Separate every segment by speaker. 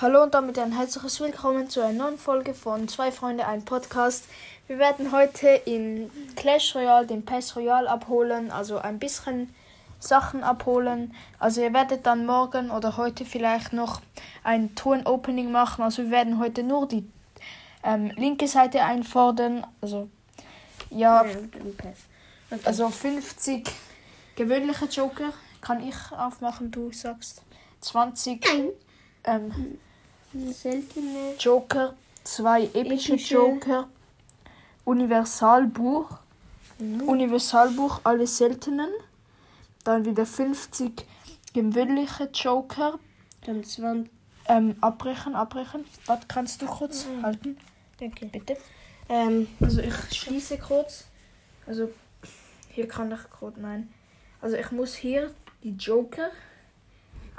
Speaker 1: Hallo und damit ein herzliches Willkommen zu einer neuen Folge von Zwei Freunde, ein Podcast. Wir werden heute in Clash Royale den Pass Royale abholen, also ein bisschen Sachen abholen. Also ihr werdet dann morgen oder heute vielleicht noch ein Turn-Opening machen. Also wir werden heute nur die ähm, linke Seite einfordern. Also ja, also 50 gewöhnliche Joker kann ich aufmachen, du sagst 20.
Speaker 2: Nein.
Speaker 1: Ähm,
Speaker 2: Seltene.
Speaker 1: Joker, zwei epische
Speaker 2: Epische.
Speaker 1: Joker, Universalbuch, Universalbuch alle seltenen, dann wieder 50 gewöhnliche Joker,
Speaker 2: Dann 20.
Speaker 1: ähm, abbrechen, abbrechen. Was kannst du kurz halten,
Speaker 2: Okay.
Speaker 1: bitte?
Speaker 2: Ähm,
Speaker 1: Mhm. Also ich schließe kurz. Also hier kann ich kurz, nein. Also ich muss hier die Joker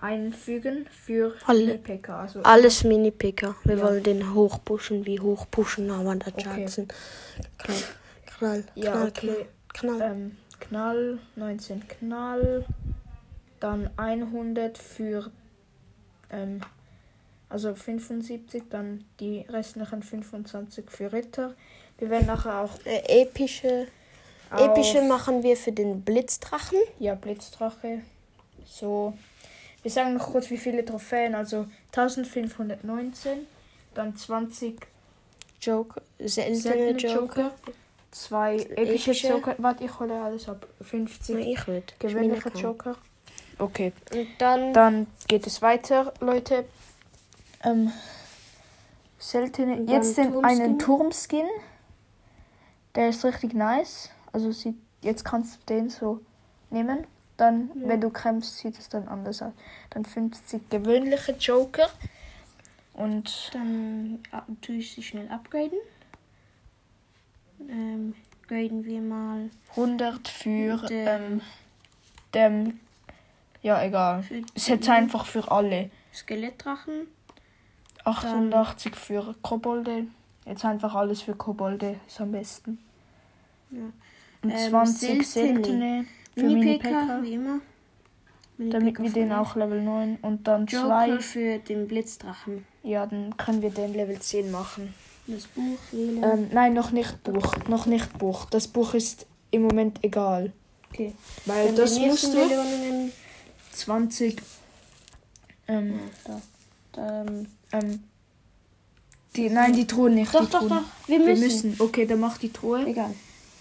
Speaker 1: einfügen für
Speaker 2: Alle.
Speaker 1: die PK. Also
Speaker 2: alles Mini-Picker. Wir
Speaker 1: Ja.
Speaker 2: wollen den hochpushen, wie hochpushen, aber da
Speaker 1: Okay.
Speaker 2: Jackson. Knall, knall,
Speaker 1: Ja,
Speaker 2: knall,
Speaker 1: okay.
Speaker 2: knall, knall.
Speaker 1: Ähm, Knall, 19 Knall, dann 100 für, ähm, also 75, dann die restlichen 25 für Ritter. Wir werden nachher auch
Speaker 2: Äh, epische,
Speaker 1: auf,
Speaker 2: epische machen wir für den Blitzdrachen.
Speaker 1: ja, Blitzdrache, so. Wir sagen noch kurz, wie viele Trophäen, also 1519, dann 20
Speaker 2: Joker, seltene
Speaker 1: seltene
Speaker 2: Joker.
Speaker 1: Joker, zwei epische
Speaker 2: Epische.
Speaker 1: Joker, warte, ich hole alles ab, 50
Speaker 2: Nein, ich würde.
Speaker 1: gewöhnliche Joker. Okay.
Speaker 2: Und dann,
Speaker 1: Dann geht es weiter, Leute. Ähm, seltene.
Speaker 2: Und
Speaker 1: Jetzt
Speaker 2: dann
Speaker 1: den, einen
Speaker 2: Turmskin.
Speaker 1: Turmskin. Der ist richtig nice. Also sieht, jetzt kannst du den so nehmen. Dann,
Speaker 2: Ja.
Speaker 1: wenn du kämpfst, sieht es dann anders aus. Dann 50 gewöhnliche Joker. Und
Speaker 2: dann ah, tue ich sie schnell upgraden. Ähm, graden wir mal
Speaker 1: 100 für
Speaker 2: Den-
Speaker 1: ähm, dem. Ja, egal.
Speaker 2: für
Speaker 1: Ist jetzt einfach für alle.
Speaker 2: Skelettdrachen.
Speaker 1: 88 für Kobolde. Jetzt einfach alles für Kobolde ist am besten.
Speaker 2: Ja.
Speaker 1: Und
Speaker 2: Ähm,
Speaker 1: 20
Speaker 2: seltene.
Speaker 1: seltene für
Speaker 2: Mini-Packer,
Speaker 1: Mini-Packer,
Speaker 2: wie immer.
Speaker 1: damit
Speaker 2: Mini-Packer
Speaker 1: wir den
Speaker 2: von
Speaker 1: auch Level 9 und dann
Speaker 2: Joker
Speaker 1: 2.
Speaker 2: für den Blitzdrachen.
Speaker 1: Ja, dann können wir den Level 10 machen.
Speaker 2: Das Buch wählen.
Speaker 1: Ähm, nein, noch nicht Buch. Noch nicht Buch. Das Buch ist im Moment egal.
Speaker 2: okay.
Speaker 1: Weil
Speaker 2: Dann
Speaker 1: das
Speaker 2: die nächsten
Speaker 1: musst du.
Speaker 2: Belohnungen.
Speaker 1: 20. Ähm,
Speaker 2: Da, da, ähm,
Speaker 1: ähm, die, nein, die Truhe nicht.
Speaker 2: doch,
Speaker 1: die
Speaker 2: doch,
Speaker 1: Truhe.
Speaker 2: doch. Wir
Speaker 1: Wir
Speaker 2: müssen.
Speaker 1: müssen. Okay, dann mach die Truhe.
Speaker 2: Egal.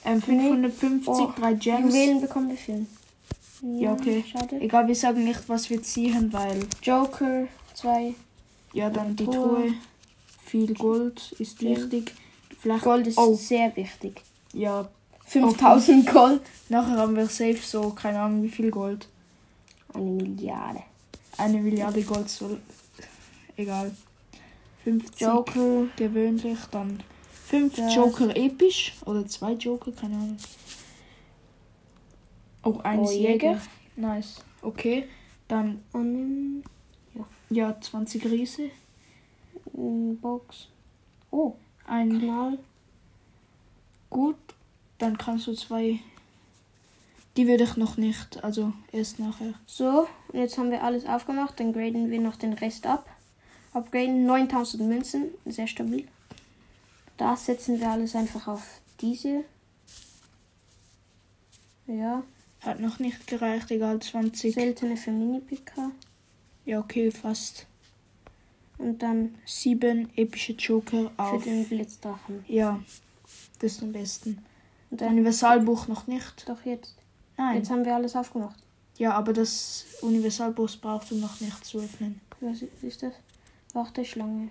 Speaker 1: Ähm, 550,
Speaker 2: Oh,
Speaker 1: 3 Gems.
Speaker 2: Juwelen bekommen wir viel.
Speaker 1: Ja, okay.
Speaker 2: Schade.
Speaker 1: Egal, wir sagen nicht, was wir ziehen, weil
Speaker 2: Joker 2.
Speaker 1: ja dann die
Speaker 2: Truhe.
Speaker 1: Truhe, viel Gold ist
Speaker 2: Ja.
Speaker 1: wichtig. Vielleicht
Speaker 2: Gold ist
Speaker 1: Oh.
Speaker 2: sehr wichtig.
Speaker 1: ja.
Speaker 2: 5000 Gold.
Speaker 1: Nachher haben wir safe so keine Ahnung wie viel Gold.
Speaker 2: Eine Milliarde.
Speaker 1: Eine Milliarde Gold soll. Egal. 50
Speaker 2: Joker.
Speaker 1: gewöhnlich, dann 5
Speaker 2: Das-
Speaker 1: Joker episch oder 2 Joker, keine Ahnung. Auch 1
Speaker 2: Oh,
Speaker 1: Jäger.
Speaker 2: Jäger.
Speaker 1: Nice. Okay, dann
Speaker 2: Und
Speaker 1: ja 20 Riese,
Speaker 2: ähm, Box. Oh,
Speaker 1: ein
Speaker 2: Knall.
Speaker 1: Gut, dann kannst du zwei. Die würde ich noch nicht, also erst nachher.
Speaker 2: So, und jetzt haben wir alles aufgemacht. Dann graden wir noch den Rest ab. Upgraden 9000 Münzen, sehr stabil. Da setzen wir alles einfach auf diese. Ja,
Speaker 1: Hat noch nicht gereicht, egal 20.
Speaker 2: seltene für Mini-PK.
Speaker 1: ja, okay, fast.
Speaker 2: Und dann
Speaker 1: Sieben epische Joker auf.
Speaker 2: für den Blitzdrachen.
Speaker 1: Ja, das ist am besten.
Speaker 2: Und dann
Speaker 1: Universalbuch noch nicht.
Speaker 2: doch jetzt.
Speaker 1: Nein.
Speaker 2: Jetzt haben wir alles aufgemacht.
Speaker 1: Ja, aber das Universalbuch brauchst du noch nicht zu öffnen.
Speaker 2: Was ist das? Warte, Schlange.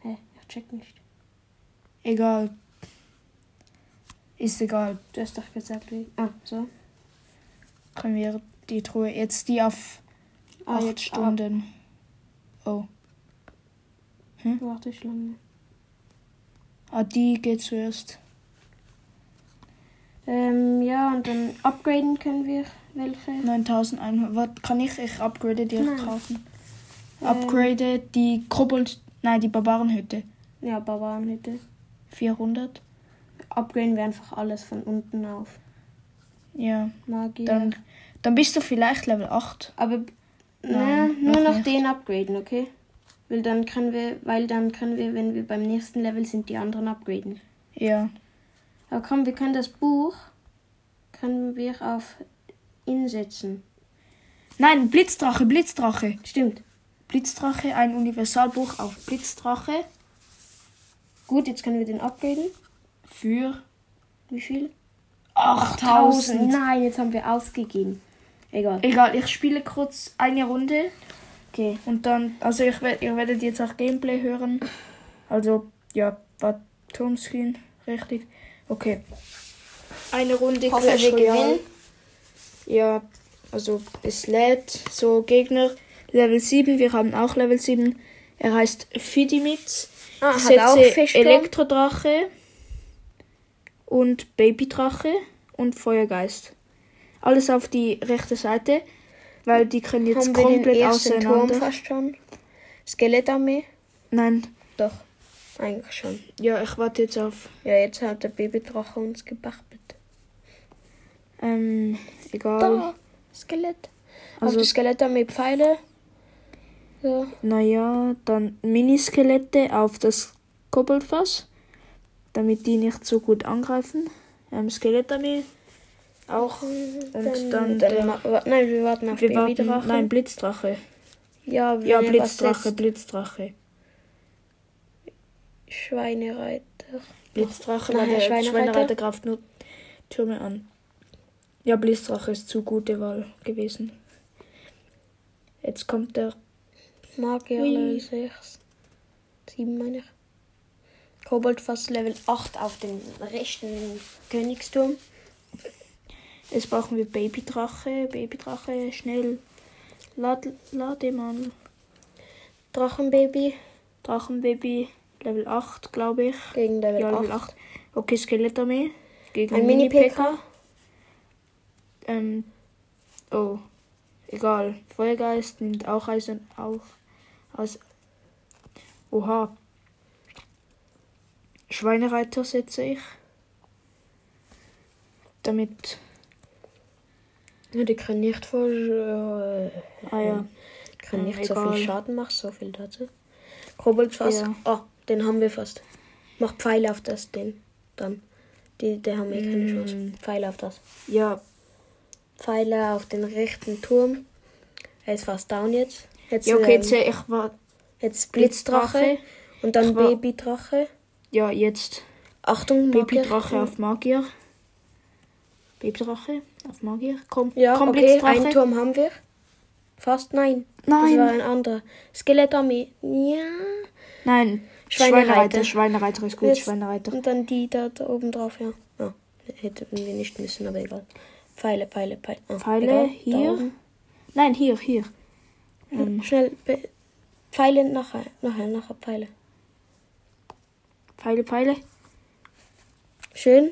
Speaker 2: Hä? Ich check nicht.
Speaker 1: Egal. Ist egal.
Speaker 2: Du hast doch gesagt, wie. Ah, so.
Speaker 1: Können wir die Truhe jetzt die auf
Speaker 2: Ah,
Speaker 1: acht
Speaker 2: jetzt- ah,
Speaker 1: Stunden. Oh.
Speaker 2: Warte, Schlange.
Speaker 1: Ah, die geht zuerst.
Speaker 2: Ähm, ja, und dann upgraden können wir welche.
Speaker 1: 9100. Was kann ich? Ich upgrade direkt
Speaker 2: Nein. Äh.
Speaker 1: kaufen.
Speaker 3: Ähm,
Speaker 1: Upgrade die Kobold. Nein, die Barbarenhütte.
Speaker 2: Ähm, ja, Barbarenhütte.
Speaker 1: 400.
Speaker 2: Upgraden wir einfach alles von unten auf.
Speaker 1: Ja.
Speaker 2: Magier.
Speaker 1: Dann, dann bist du vielleicht Level 8.
Speaker 2: Aber
Speaker 3: Na, nur noch den upgraden, okay? Weil dann können wir, weil dann können wir, wenn wir beim nächsten Level sind, die anderen upgraden.
Speaker 1: Ja.
Speaker 3: Aber komm, wir können das Buch können wir auf ihn setzen.
Speaker 1: Nein, Blitzdrache, Blitzdrache.
Speaker 3: Stimmt.
Speaker 1: Blitzdrache, ein Universalbuch auf Blitzdrache
Speaker 3: Gut, jetzt können wir den upgraden.
Speaker 1: für
Speaker 3: Wie viel?
Speaker 1: 8000.
Speaker 3: Nein, jetzt haben wir ausgegeben. Egal.
Speaker 1: Egal, ich spiele kurz eine Runde
Speaker 3: Okay.
Speaker 1: und dann, also ich werd, ihr werdet jetzt auch Gameplay hören. Also, ja, war Turmscreen, richtig. Okay. Eine Runde Clash Royale. Ja, also es lädt so Gegner. Level 7, wir haben auch Level 7. Er heißt Fidimitz.
Speaker 3: Ah,
Speaker 1: Ich
Speaker 3: hat
Speaker 1: setze
Speaker 3: auch Fischkern.
Speaker 1: Elektrodrache und Babydrache und Feuergeist. Alles auf die rechte Seite, weil die können jetzt
Speaker 2: Haben wir den
Speaker 1: komplett
Speaker 2: ersten Turm
Speaker 1: auseinander.
Speaker 2: fast schon? Skelettarmee?
Speaker 1: Nein,
Speaker 2: Doch, eigentlich schon.
Speaker 1: ja, ich warte jetzt auf.
Speaker 2: Ja, jetzt hat der Babydrache uns gebachtelt.
Speaker 1: Ähm, egal.
Speaker 2: Da, Skelett.
Speaker 1: Also-
Speaker 2: Also Skelettarmee Pfeile. So.
Speaker 1: Naja, dann Miniskelette auf das Koboldfass, damit die nicht so gut angreifen. Ähm, Skelettarmee auch. Und dann, der,
Speaker 2: ma- wa- nein, wir warten auf
Speaker 1: wir warten,
Speaker 2: Babydrache.
Speaker 1: nein, Blitzdrache.
Speaker 2: ja, wenn
Speaker 1: Ja,
Speaker 2: er was
Speaker 1: Blitzdrache,
Speaker 2: setzt.
Speaker 1: Blitzdrache.
Speaker 2: Schweinereiter.
Speaker 1: Blitzdrache,
Speaker 2: Nein,
Speaker 1: weil der
Speaker 2: Schweinereiter.
Speaker 1: Schweinereiter greift nur Türme an. Ja, Blitzdrache ist zu gute Wahl gewesen. Jetzt kommt der
Speaker 2: Magier
Speaker 1: Ui.
Speaker 2: Level 6. 7 meine ich.
Speaker 3: Koboldfass Level 8 auf dem rechten Königsturm.
Speaker 1: Jetzt brauchen wir Babydrache, Babydrache, schnell. Lad, lade mal.
Speaker 2: Drachenbaby
Speaker 1: Drachenbaby, Level 8, glaube ich.
Speaker 2: gegen Level
Speaker 1: ja,
Speaker 2: 8.
Speaker 1: Level 8. Okay, Skelettarmee. Gegen
Speaker 2: Äh, Ein Mini-PK.
Speaker 1: Ähm, oh, egal. Feuergeist nimmt auch Eis und auch aus. Oha. Schweinereiter setze ich. Damit.
Speaker 2: Ja, die können nicht voll. äh, ähm,
Speaker 1: Ah ja.
Speaker 2: Die können nicht so
Speaker 1: Egal.
Speaker 2: viel Schaden machen, so viel dazu. Koboldfass.
Speaker 1: Ja.
Speaker 2: Oh, den haben wir fast. Mach Pfeile auf das, den. Dann. Die, der haben wir
Speaker 1: Mm.
Speaker 2: keine Chance. Pfeile auf das.
Speaker 1: Ja,
Speaker 2: Pfeile auf den rechten Turm. Er ist fast down jetzt. Jetzt,
Speaker 1: ja okay,
Speaker 2: ähm,
Speaker 1: jetzt sehe ich war.
Speaker 2: jetzt Blitzdrache. Und dann
Speaker 1: Ich war-
Speaker 2: Babydrache.
Speaker 1: Ja, jetzt.
Speaker 2: Achtung,
Speaker 1: Babydrache
Speaker 2: Magier-
Speaker 1: auf Magier. Babydrache auf Magier. Komm,
Speaker 2: Ja,
Speaker 1: komm
Speaker 2: okay,
Speaker 1: Blitzdrache.
Speaker 2: einen Turm haben wir. Fast nein.
Speaker 1: Nein.
Speaker 2: Das war ein anderer. Skelettarmee. Ja.
Speaker 1: Nein, Schweinereiter.
Speaker 2: Schweinereiter.
Speaker 1: Schweinereiter ist gut,
Speaker 2: Jetzt-
Speaker 1: Schweinereiter.
Speaker 2: Und dann die da, da oben drauf, ja. Ah, hätten wir nicht müssen, aber egal. Pfeile, Pfeile, Pfeile. Ah,
Speaker 1: Pfeile
Speaker 2: egal, da
Speaker 1: hier.
Speaker 2: oben.
Speaker 1: Nein, hier, hier. Ähm,
Speaker 2: Schnell. Be Pfeile nachher, nachher, nachher Pfeile.
Speaker 1: Pfeile, Pfeile.
Speaker 2: Schön.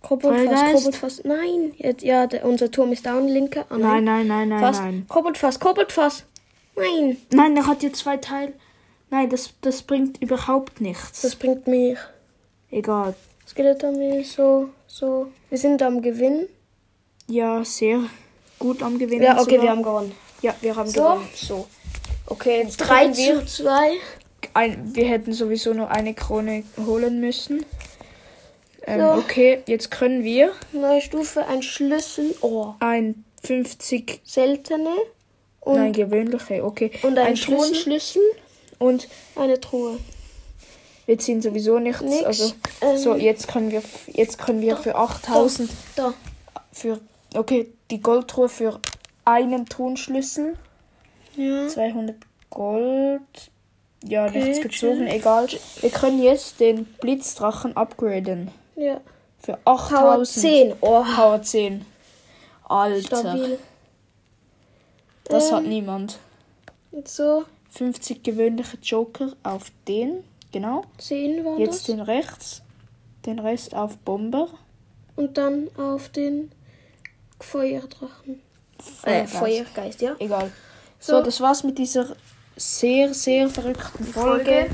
Speaker 2: Koboldfass,
Speaker 1: Vollgeist.
Speaker 2: Koboldfass. Nein, jetzt, ja, der, unser Turm ist down, linke. Ah,
Speaker 1: Nein, nein, nein, nein,
Speaker 2: Fast.
Speaker 1: nein.
Speaker 2: Koboldfass, Koboldfass. Nein,
Speaker 1: Nein, er hat jetzt zwei Teile. Nein, das, das bringt überhaupt nichts.
Speaker 2: das bringt mich.
Speaker 1: Egal.
Speaker 2: Skelettarmee, so, so. Wir sind am Gewinn.
Speaker 1: Ja, sehr gut am Gewinnen.
Speaker 2: Ja, okay,
Speaker 1: sogar.
Speaker 2: wir haben gewonnen.
Speaker 1: Ja, wir haben
Speaker 2: So.
Speaker 1: gewonnen. So. Okay, jetzt
Speaker 2: 3
Speaker 1: drei wir.
Speaker 2: zu 2.
Speaker 1: Ein, wir hätten sowieso nur eine Krone holen müssen. Ähm,
Speaker 2: So.
Speaker 1: Okay, jetzt können wir
Speaker 2: Neue Stufe, ein Schlüssel. Oh.
Speaker 1: ein 50
Speaker 2: seltene und
Speaker 1: Nein, gewöhnliche, okay.
Speaker 2: und ein
Speaker 1: ein
Speaker 2: Schlüssel?
Speaker 1: Thronschlüssel und
Speaker 2: eine Truhe.
Speaker 1: wir ziehen sowieso nichts.
Speaker 2: Nix.
Speaker 1: Also
Speaker 2: Ähm,
Speaker 1: so jetzt können wir jetzt können wir für 8000
Speaker 2: Da.
Speaker 1: für okay, die Goldtruhe für einen Thronschlüssel,
Speaker 2: Ja.
Speaker 1: 200 Gold. Ja, nichts
Speaker 2: Hm. Okay,
Speaker 1: gezogen, egal. Wir können jetzt den Blitzdrachen upgraden
Speaker 2: ja.
Speaker 1: für
Speaker 2: Power
Speaker 1: 8000
Speaker 2: 10. Oh,
Speaker 1: Power 10. Alter,
Speaker 2: stabil.
Speaker 1: das hat
Speaker 2: Ähm.
Speaker 1: niemand.
Speaker 2: Und so,
Speaker 1: 50 gewöhnliche Joker auf den, genau.
Speaker 2: 10 war
Speaker 1: Jetzt
Speaker 2: das.
Speaker 1: den rechts, den Rest auf Bomber.
Speaker 2: Und dann auf den Feuerdrachen. Äh,
Speaker 1: Feuergeist.
Speaker 2: Feuergeist, ja.
Speaker 1: Egal. So,
Speaker 2: So.
Speaker 1: das war's mit dieser sehr, sehr verrückten Folge.
Speaker 3: Folge.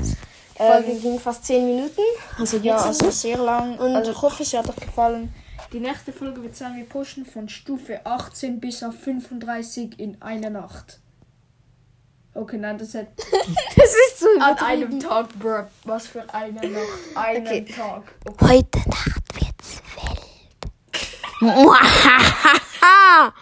Speaker 2: Ähm,
Speaker 3: Folge ging fast 10 Minuten.
Speaker 1: Also ja, also sehr lang. Und
Speaker 3: Und-
Speaker 1: also ich hoffe, es hat euch gefallen. Die nächste Folge wird sein, wir pushen von Stufe 18 bis auf 35 in einer Nacht. Okay, nein, das hat
Speaker 2: Das ist so
Speaker 1: an einem Tag, bruh. Was für einer noch? Einen
Speaker 2: Okay.
Speaker 1: Tag.
Speaker 2: Heute Nacht wird's wild.